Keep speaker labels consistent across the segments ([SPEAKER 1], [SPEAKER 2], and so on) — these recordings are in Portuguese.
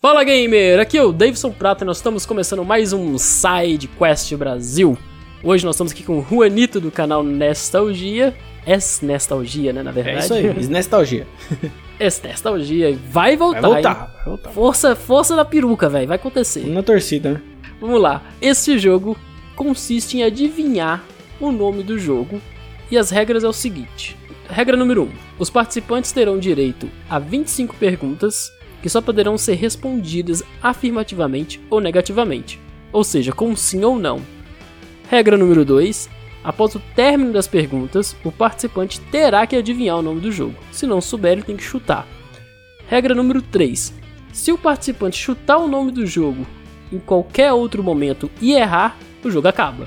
[SPEAKER 1] Fala gamer, aqui é o Davidson Prata e nós estamos começando mais um Side Quest Brasil. Hoje nós estamos aqui com o Juanito do canal Nostalgia. Es Nostalgia, né, na
[SPEAKER 2] É
[SPEAKER 1] verdade.
[SPEAKER 2] isso aí, isso é nostalgia.
[SPEAKER 1] Es Nostalgia. Vai tá voltar.
[SPEAKER 2] Vai voltar,
[SPEAKER 1] hein?
[SPEAKER 2] vai voltar.
[SPEAKER 1] Força, força da peruca, velho. Vai acontecer.
[SPEAKER 2] Na torcida, né?
[SPEAKER 1] Vamos lá. Este jogo consiste em adivinhar o nome do jogo e as regras é o seguinte. Regra número 1. Os participantes terão direito a 25 perguntas que só poderão ser respondidas afirmativamente ou negativamente, ou seja, com sim ou não. Regra número 2. Após o término das perguntas, o participante terá que adivinhar o nome do jogo. Se não souber, ele tem que chutar. Regra número 3. Se o participante chutar o nome do jogo em qualquer outro momento e errar, o jogo acaba.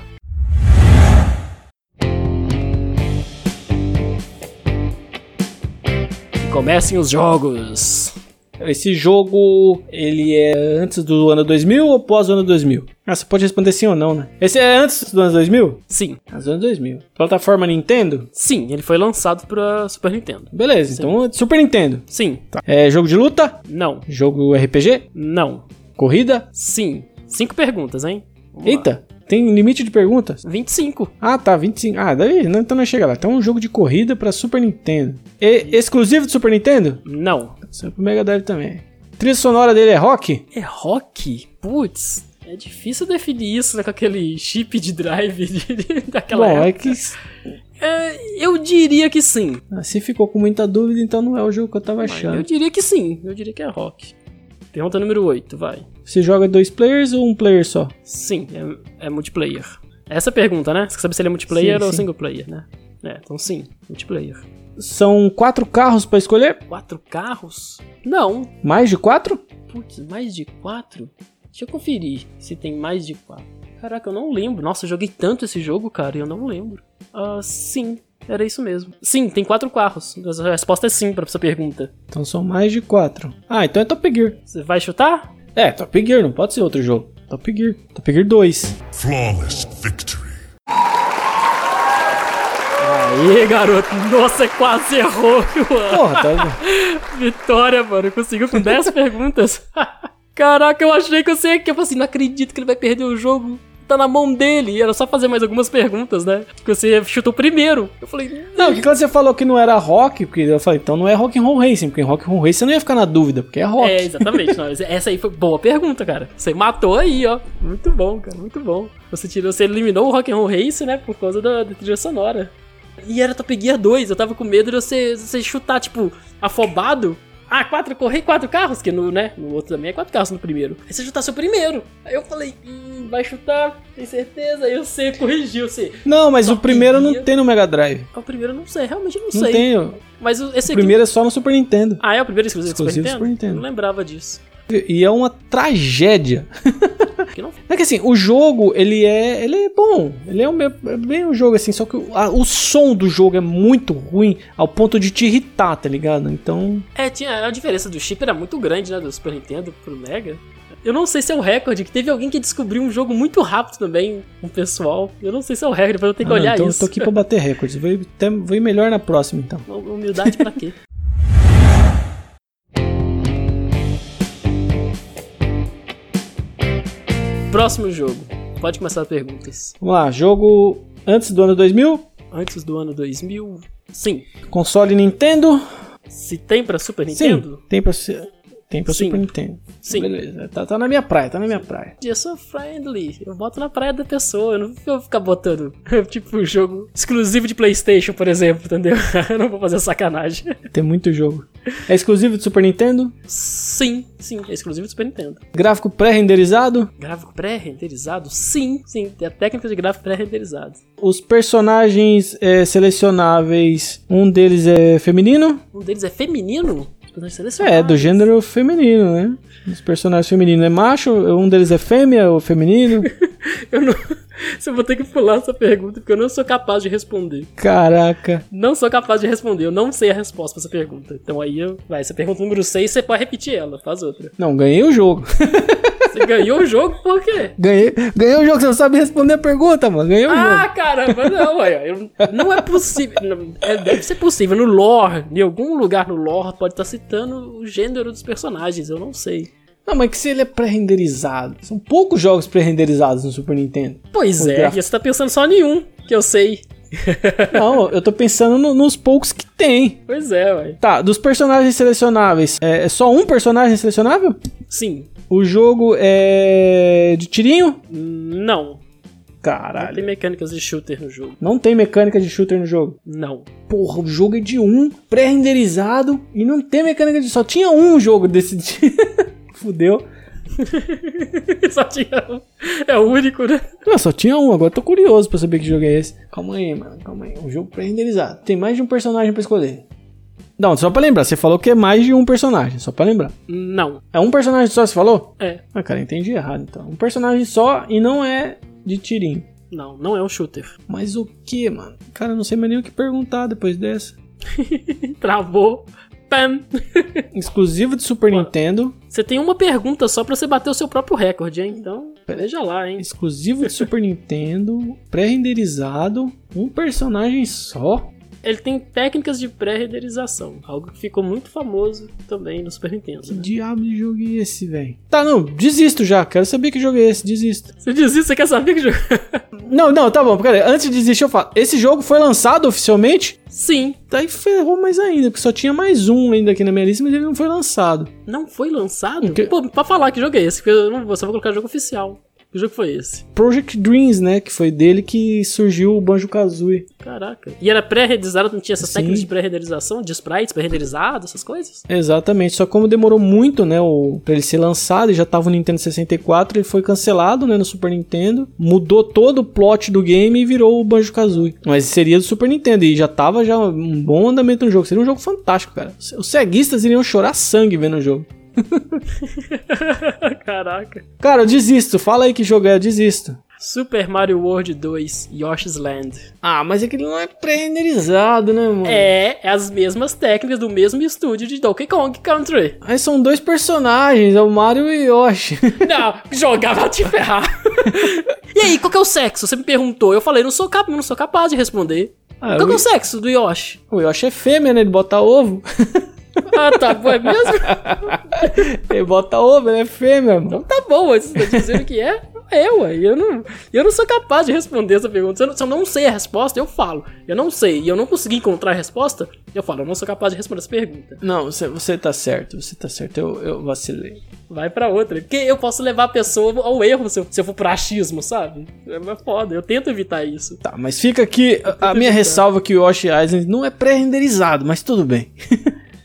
[SPEAKER 1] E Comecem os jogos.
[SPEAKER 2] Esse jogo, ele é antes do ano 2000 ou pós o ano 2000? Ah, você pode responder sim ou não, né? Esse é antes do ano 2000?
[SPEAKER 1] Sim,
[SPEAKER 2] Antes do ano 2000. Plataforma Nintendo?
[SPEAKER 1] sim, ele foi lançado pra Super Nintendo.
[SPEAKER 2] Beleza, então Super Nintendo.
[SPEAKER 1] Sim,
[SPEAKER 2] É jogo de luta?
[SPEAKER 1] não,
[SPEAKER 2] Jogo RPG?
[SPEAKER 1] não,
[SPEAKER 2] Corrida?
[SPEAKER 1] sim. Cinco perguntas, hein? Vamos lá.
[SPEAKER 2] Eita, tem limite de perguntas?
[SPEAKER 1] 25.
[SPEAKER 2] Ah, tá, 25. Ah, daí, não, então não chega lá. Então é um jogo de corrida pra Super Nintendo. E- exclusivo do Super Nintendo?
[SPEAKER 1] Não.
[SPEAKER 2] Saiu pro Mega Drive também. Trilha sonora dele é rock?
[SPEAKER 1] É rock? Putz, é difícil definir isso né, com aquele chip de drive de- de- daquela
[SPEAKER 2] Bom, é
[SPEAKER 1] época.
[SPEAKER 2] que
[SPEAKER 1] É, eu diria que sim.
[SPEAKER 2] ah, se ficou com muita dúvida, então não é o jogo que eu tava
[SPEAKER 1] Eu
[SPEAKER 2] achando.
[SPEAKER 1] diria que sim. Eu diria que é rock. Pergunta número 8, vai.
[SPEAKER 2] Você joga dois players ou um player só?
[SPEAKER 1] Sim, é, é multiplayer. Essa é a pergunta, né? Você quer saber se ele é multiplayer
[SPEAKER 2] Sim,
[SPEAKER 1] ou
[SPEAKER 2] sim.
[SPEAKER 1] single player, né? É, então sim, multiplayer.
[SPEAKER 2] São quatro carros pra escolher?
[SPEAKER 1] Quatro carros? Não.
[SPEAKER 2] Mais de quatro?
[SPEAKER 1] Putz, mais de quatro? Deixa eu conferir se tem mais de quatro. Caraca, eu não lembro. Nossa, eu joguei tanto esse jogo, cara, e eu não lembro. Ah, sim, era isso mesmo. Sim, tem quatro carros. A resposta é sim pra essa pergunta.
[SPEAKER 2] Então são mais de quatro. Ah, então é Top Gear.
[SPEAKER 1] Você vai chutar?
[SPEAKER 2] É, Top Gear, não pode ser outro jogo. Top Gear. Top Gear 2.
[SPEAKER 3] Flawless victory.
[SPEAKER 1] Aê, garoto! Nossa, é quase errou, Luan.
[SPEAKER 2] Porra, tá...
[SPEAKER 1] Vitória, mano. Conseguiu com 10 perguntas. Caraca, eu achei que eu sei que eu falei assim, não acredito que ele vai perder o jogo. Tá na mão dele. E era só fazer mais algumas perguntas, né? Que você chutou primeiro. Eu falei,
[SPEAKER 2] Não, que quando você falou que não era rock, porque eu falei, então não é rock and roll racing, porque em rock and roll racing você não ia ficar na dúvida, porque é rock.
[SPEAKER 1] É, exatamente. Não, essa aí foi boa pergunta, cara. Você matou aí, ó. Muito bom, cara. Muito bom. Você tirou, você eliminou o Rock and Roll Race, né? Por causa da, da trilha sonora. E era Top Gear 2. Eu tava com medo de você, você chutar, tipo, afobado. Ah, quatro, corri quatro carros, que no, né? No outro também é quatro carros no primeiro. Aí você chutasse o primeiro. Aí eu falei, hum, vai chutar, tem certeza? Aí você corrigiu, você.
[SPEAKER 2] Não, mas
[SPEAKER 1] Top
[SPEAKER 2] o primeiro não
[SPEAKER 1] Gear.
[SPEAKER 2] tem no Mega Drive.
[SPEAKER 1] Ah, o primeiro eu não sei, realmente eu não,
[SPEAKER 2] Não
[SPEAKER 1] sei.
[SPEAKER 2] tem. ó.
[SPEAKER 1] Mas o- esse
[SPEAKER 2] O
[SPEAKER 1] aqui.
[SPEAKER 2] primeiro é só no Super Nintendo.
[SPEAKER 1] Ah, é o primeiro exclusivo,
[SPEAKER 2] Exclusivo
[SPEAKER 1] do Super
[SPEAKER 2] Super Nintendo.
[SPEAKER 1] Nintendo? Eu não lembrava disso.
[SPEAKER 2] E é uma tragédia.
[SPEAKER 1] Que não
[SPEAKER 2] É que assim, o jogo, ele é, ele é bom. Ele é, um, é bem um jogo assim, só que o, a- o som do jogo é muito ruim ao ponto de te irritar, tá ligado? Então,
[SPEAKER 1] É, tinha, a diferença do chip era muito grande, né? Do Super Nintendo pro Mega. Eu não sei se é o recorde, que teve alguém que descobriu um jogo muito rápido também, um pessoal. Eu não sei se é o recorde, depois eu tenho que
[SPEAKER 2] ah, não,
[SPEAKER 1] olhar
[SPEAKER 2] então
[SPEAKER 1] isso.
[SPEAKER 2] eu tô aqui pra bater recordes. Vou ir, até- vou ir melhor na próxima, então.
[SPEAKER 1] Humildade pra quê? Próximo jogo. Pode começar as perguntas.
[SPEAKER 2] Vamos lá, jogo antes do ano 2000,
[SPEAKER 1] Antes do ano 2000? Sim.
[SPEAKER 2] console Nintendo.
[SPEAKER 1] Se tem pra Super
[SPEAKER 2] Sim,
[SPEAKER 1] Nintendo?
[SPEAKER 2] tem pra, ser- tem pra
[SPEAKER 1] Sim.
[SPEAKER 2] Super Nintendo.
[SPEAKER 1] Sim.
[SPEAKER 2] Beleza, tá, tá na minha praia, tá na minha praia.
[SPEAKER 1] Eu sou friendly. Eu boto na praia da pessoa. Eu não vou ficar botando, tipo, jogo exclusivo de PlayStation, por exemplo, entendeu? Eu não vou fazer sacanagem.
[SPEAKER 2] Tem muito jogo. É exclusivo do Super Nintendo?
[SPEAKER 1] Sim, sim. É exclusivo do Super Nintendo.
[SPEAKER 2] Gráfico pré-renderizado?
[SPEAKER 1] Gráfico pré-renderizado? Sim, sim. Tem a técnica de gráfico pré-renderizado.
[SPEAKER 2] Os personagens é, selecionáveis, um deles é feminino?
[SPEAKER 1] Um deles é feminino? Os personagens
[SPEAKER 2] É,
[SPEAKER 1] selecionados.
[SPEAKER 2] do gênero feminino, né? Os personagens femininos é macho, um deles é fêmea ou feminino.
[SPEAKER 1] Eu não... Eu vou ter que pular essa pergunta, porque eu não sou capaz de responder.
[SPEAKER 2] Caraca.
[SPEAKER 1] Não sou capaz de responder. Eu não sei a resposta pra essa pergunta. Então aí, eu... vai. Essa pergunta número 6, você pode repetir ela. Faz outra.
[SPEAKER 2] Não, ganhei o jogo.
[SPEAKER 1] Você ganhou o jogo por quê?
[SPEAKER 2] Ganhei, ganhei o jogo, você não sabe responder a pergunta, mano. Ganhei o
[SPEAKER 1] Ah,
[SPEAKER 2] jogo.
[SPEAKER 1] caramba, não, ué, eu- não é possível. não, é, deve ser possível. No tá lore, em algum lugar no lore, pode estar citando o gênero dos personagens, eu não sei.
[SPEAKER 2] Não, mas que se ele é pré-renderizado. São poucos jogos pré-renderizados no Super Nintendo.
[SPEAKER 1] Pois
[SPEAKER 2] O
[SPEAKER 1] é,
[SPEAKER 2] gráfico.
[SPEAKER 1] e você tá pensando só em um, que eu sei.
[SPEAKER 2] Não, eu tô pensando no- nos poucos que tem.
[SPEAKER 1] Pois é, ué.
[SPEAKER 2] Tá, dos personagens selecionáveis, é, é só um personagem selecionável?
[SPEAKER 1] Sim.
[SPEAKER 2] O jogo é de tirinho?
[SPEAKER 1] Não. Não
[SPEAKER 2] Caralho.
[SPEAKER 1] tem mecânicas de shooter no jogo.
[SPEAKER 2] Não tem mecânica de shooter no jogo.
[SPEAKER 1] Não.
[SPEAKER 2] Porra, o jogo é de um, pré-renderizado e não tem mecânica de. Só tinha um jogo desse dia. Fudeu.
[SPEAKER 1] Só tinha um. É o único, né?
[SPEAKER 2] Não, só tinha um, agora tô curioso pra saber que jogo é esse. Calma aí, mano, calma aí. Um jogo pré-renderizado. Tem mais de um personagem pra escolher. Não, só pra lembrar, você falou que é mais de um personagem, só pra lembrar.
[SPEAKER 1] Não.
[SPEAKER 2] É um personagem só, você falou?
[SPEAKER 1] É.
[SPEAKER 2] Ah, cara, entendi errado então. Um personagem só e não é de tirinho.
[SPEAKER 1] Não, não é um shooter.
[SPEAKER 2] Mas o que, mano? Cara, eu não sei mais nem o que perguntar depois dessa.
[SPEAKER 1] Travou. Pam.
[SPEAKER 2] Exclusivo de Super Nintendo.
[SPEAKER 1] Você tem uma pergunta só pra você bater o seu próprio recorde, hein? Então,
[SPEAKER 2] Pera-
[SPEAKER 1] veja lá, hein?
[SPEAKER 2] Exclusivo de Super Nintendo. Pré-renderizado. Um personagem só.
[SPEAKER 1] Ele tem técnicas de pré-renderização, algo que ficou muito famoso também no Super Nintendo.
[SPEAKER 2] Que
[SPEAKER 1] né?
[SPEAKER 2] diabo de jogo é esse, velho? Tá, não, desisto já. Quero saber que jogo é esse, desisto.
[SPEAKER 1] Você diz isso, você quer saber que jogo? é
[SPEAKER 2] Não, não, tá bom, cara. Antes de desistir, eu falo. Esse jogo foi lançado oficialmente?
[SPEAKER 1] Sim,
[SPEAKER 2] Daí ferrou mais ainda, porque só tinha mais um ainda aqui na minha lista, mas ele não foi lançado.
[SPEAKER 1] não foi lançado?
[SPEAKER 2] Que-
[SPEAKER 1] Pô, pra falar que jogo é esse, porque eu não vou, só vou colocar jogo oficial. Que jogo foi esse?
[SPEAKER 2] Project Dreams, né? Que foi dele que surgiu o Banjo Kazooie.
[SPEAKER 1] Caraca. E era pré-renderizado, não tinha essas
[SPEAKER 2] Sim.
[SPEAKER 1] técnicas de pré-renderização, de sprites pré-renderizado, essas coisas?
[SPEAKER 2] Exatamente, só como demorou muito, né, o, pra ele ser lançado, ele já tava no Nintendo 64, ele foi cancelado, né, no Super Nintendo, mudou todo o plot do game e virou o Banjo-Kazooie. Mas seria do Super Nintendo e já tava já um bom andamento no jogo, seria um jogo fantástico, cara. Os ceguistas iriam chorar sangue vendo o jogo.
[SPEAKER 1] Caraca.
[SPEAKER 2] Cara, eu desisto, fala aí que jogo é, eu desisto.
[SPEAKER 1] Super Mario World 2 Yoshi's Land.
[SPEAKER 2] Ah, mas aquele não é pré-renderizado, né, mano?
[SPEAKER 1] É, é as mesmas técnicas do mesmo estúdio de Donkey Kong Country.
[SPEAKER 2] Aí são dois personagens, é o Mario e o Yoshi.
[SPEAKER 1] Não, jogar vai te ferrar. e aí, qual que é o sexo? Você me perguntou. Eu falei, não sou, cap não sou capaz de responder.
[SPEAKER 2] Ah,
[SPEAKER 1] qual que é o
[SPEAKER 2] o,
[SPEAKER 1] sexo do Yoshi?
[SPEAKER 2] o Yoshi é fêmea, né, ele bota ovo.
[SPEAKER 1] Ah, tá bom, é mesmo?
[SPEAKER 2] Ele bota ovo, ele é fêmea, mano.
[SPEAKER 1] Então tá bom, mas você tá dizendo que é? É, ué. Eu não, eu não sou capaz de responder essa pergunta. Se eu, não, se eu não sei a resposta, eu falo. Eu não sei e eu não consegui encontrar a resposta, eu falo, eu não sou capaz de responder essa pergunta.
[SPEAKER 2] Não, você, você tá certo, você tá certo, eu, eu vacilei.
[SPEAKER 1] Vai pra outra. Porque eu posso levar a pessoa ao erro se eu, se eu for pro achismo, sabe? É foda, eu tento evitar isso.
[SPEAKER 2] Tá, mas fica aqui a, a minha ressalva que o Yoshi Island não é pré-renderizado, mas tudo bem.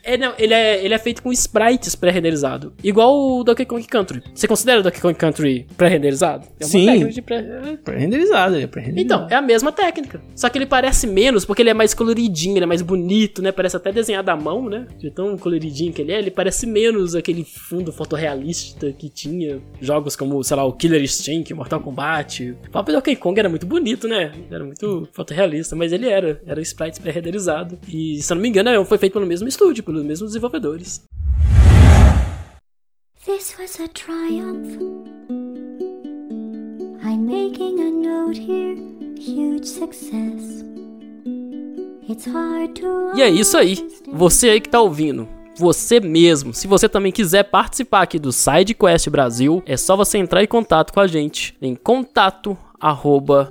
[SPEAKER 1] É, não, ele, é, ele é feito com sprites pré-renderizado. Igual o Donkey Kong Country. Você considera o Donkey Kong Country pré-renderizado? É uma
[SPEAKER 2] Sim.
[SPEAKER 1] técnica de pré-
[SPEAKER 2] Pré-renderizado, ele é pré-renderizado.
[SPEAKER 1] Então, é a mesma técnica. Só que ele parece menos, porque ele é mais coloridinho, ele é mais bonito, né? Parece até desenhado à mão, né? De tão coloridinho que ele é, ele parece menos aquele fundo fotorrealista que tinha. Jogos como, sei lá, o Killer Instinct, Mortal Kombat. O próprio Donkey Kong era muito bonito, né? Era muito fotorrealista, mas ele era. Era sprites pré-renderizado. E, se eu não me engano, é- foi feito pelo mesmo estúdio, pelos mesmos desenvolvedores.
[SPEAKER 4] This was a triumph. I'm making a note here. Huge success. It's hard to.
[SPEAKER 1] E é isso aí. Você aí que tá ouvindo. Você mesmo. Se você também quiser participar aqui do SideQuest Brasil, é só você entrar em contato com a gente em contato arroba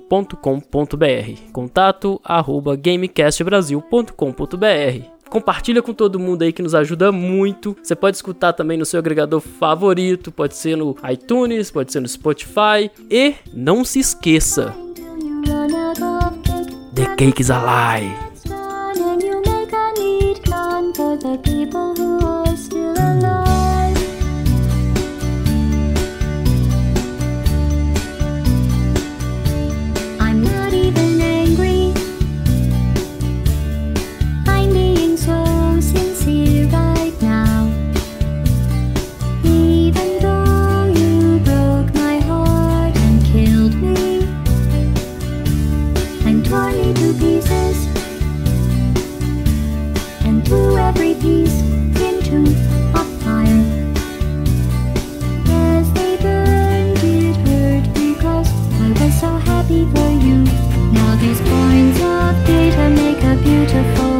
[SPEAKER 1] gamecastbrasil.com.br contato arroba gamecastbrasil.com.br Compartilha com todo mundo aí que nos ajuda muito. Você pode escutar também no seu agregador favorito, pode ser no iTunes, pode ser no Spotify. E não se esqueça,
[SPEAKER 4] Till you run out of cake.
[SPEAKER 1] The Cake is Alive!
[SPEAKER 4] It's gone, and you make a neat con for the people who are still alive. I'm not even angry. I'm being so sincere right now. Even though you broke my heart and killed me, I'm torn into pieces. And threw every piece into a fire. As they burned, it hurt because I was so happy for you. Now these points of data make a beautiful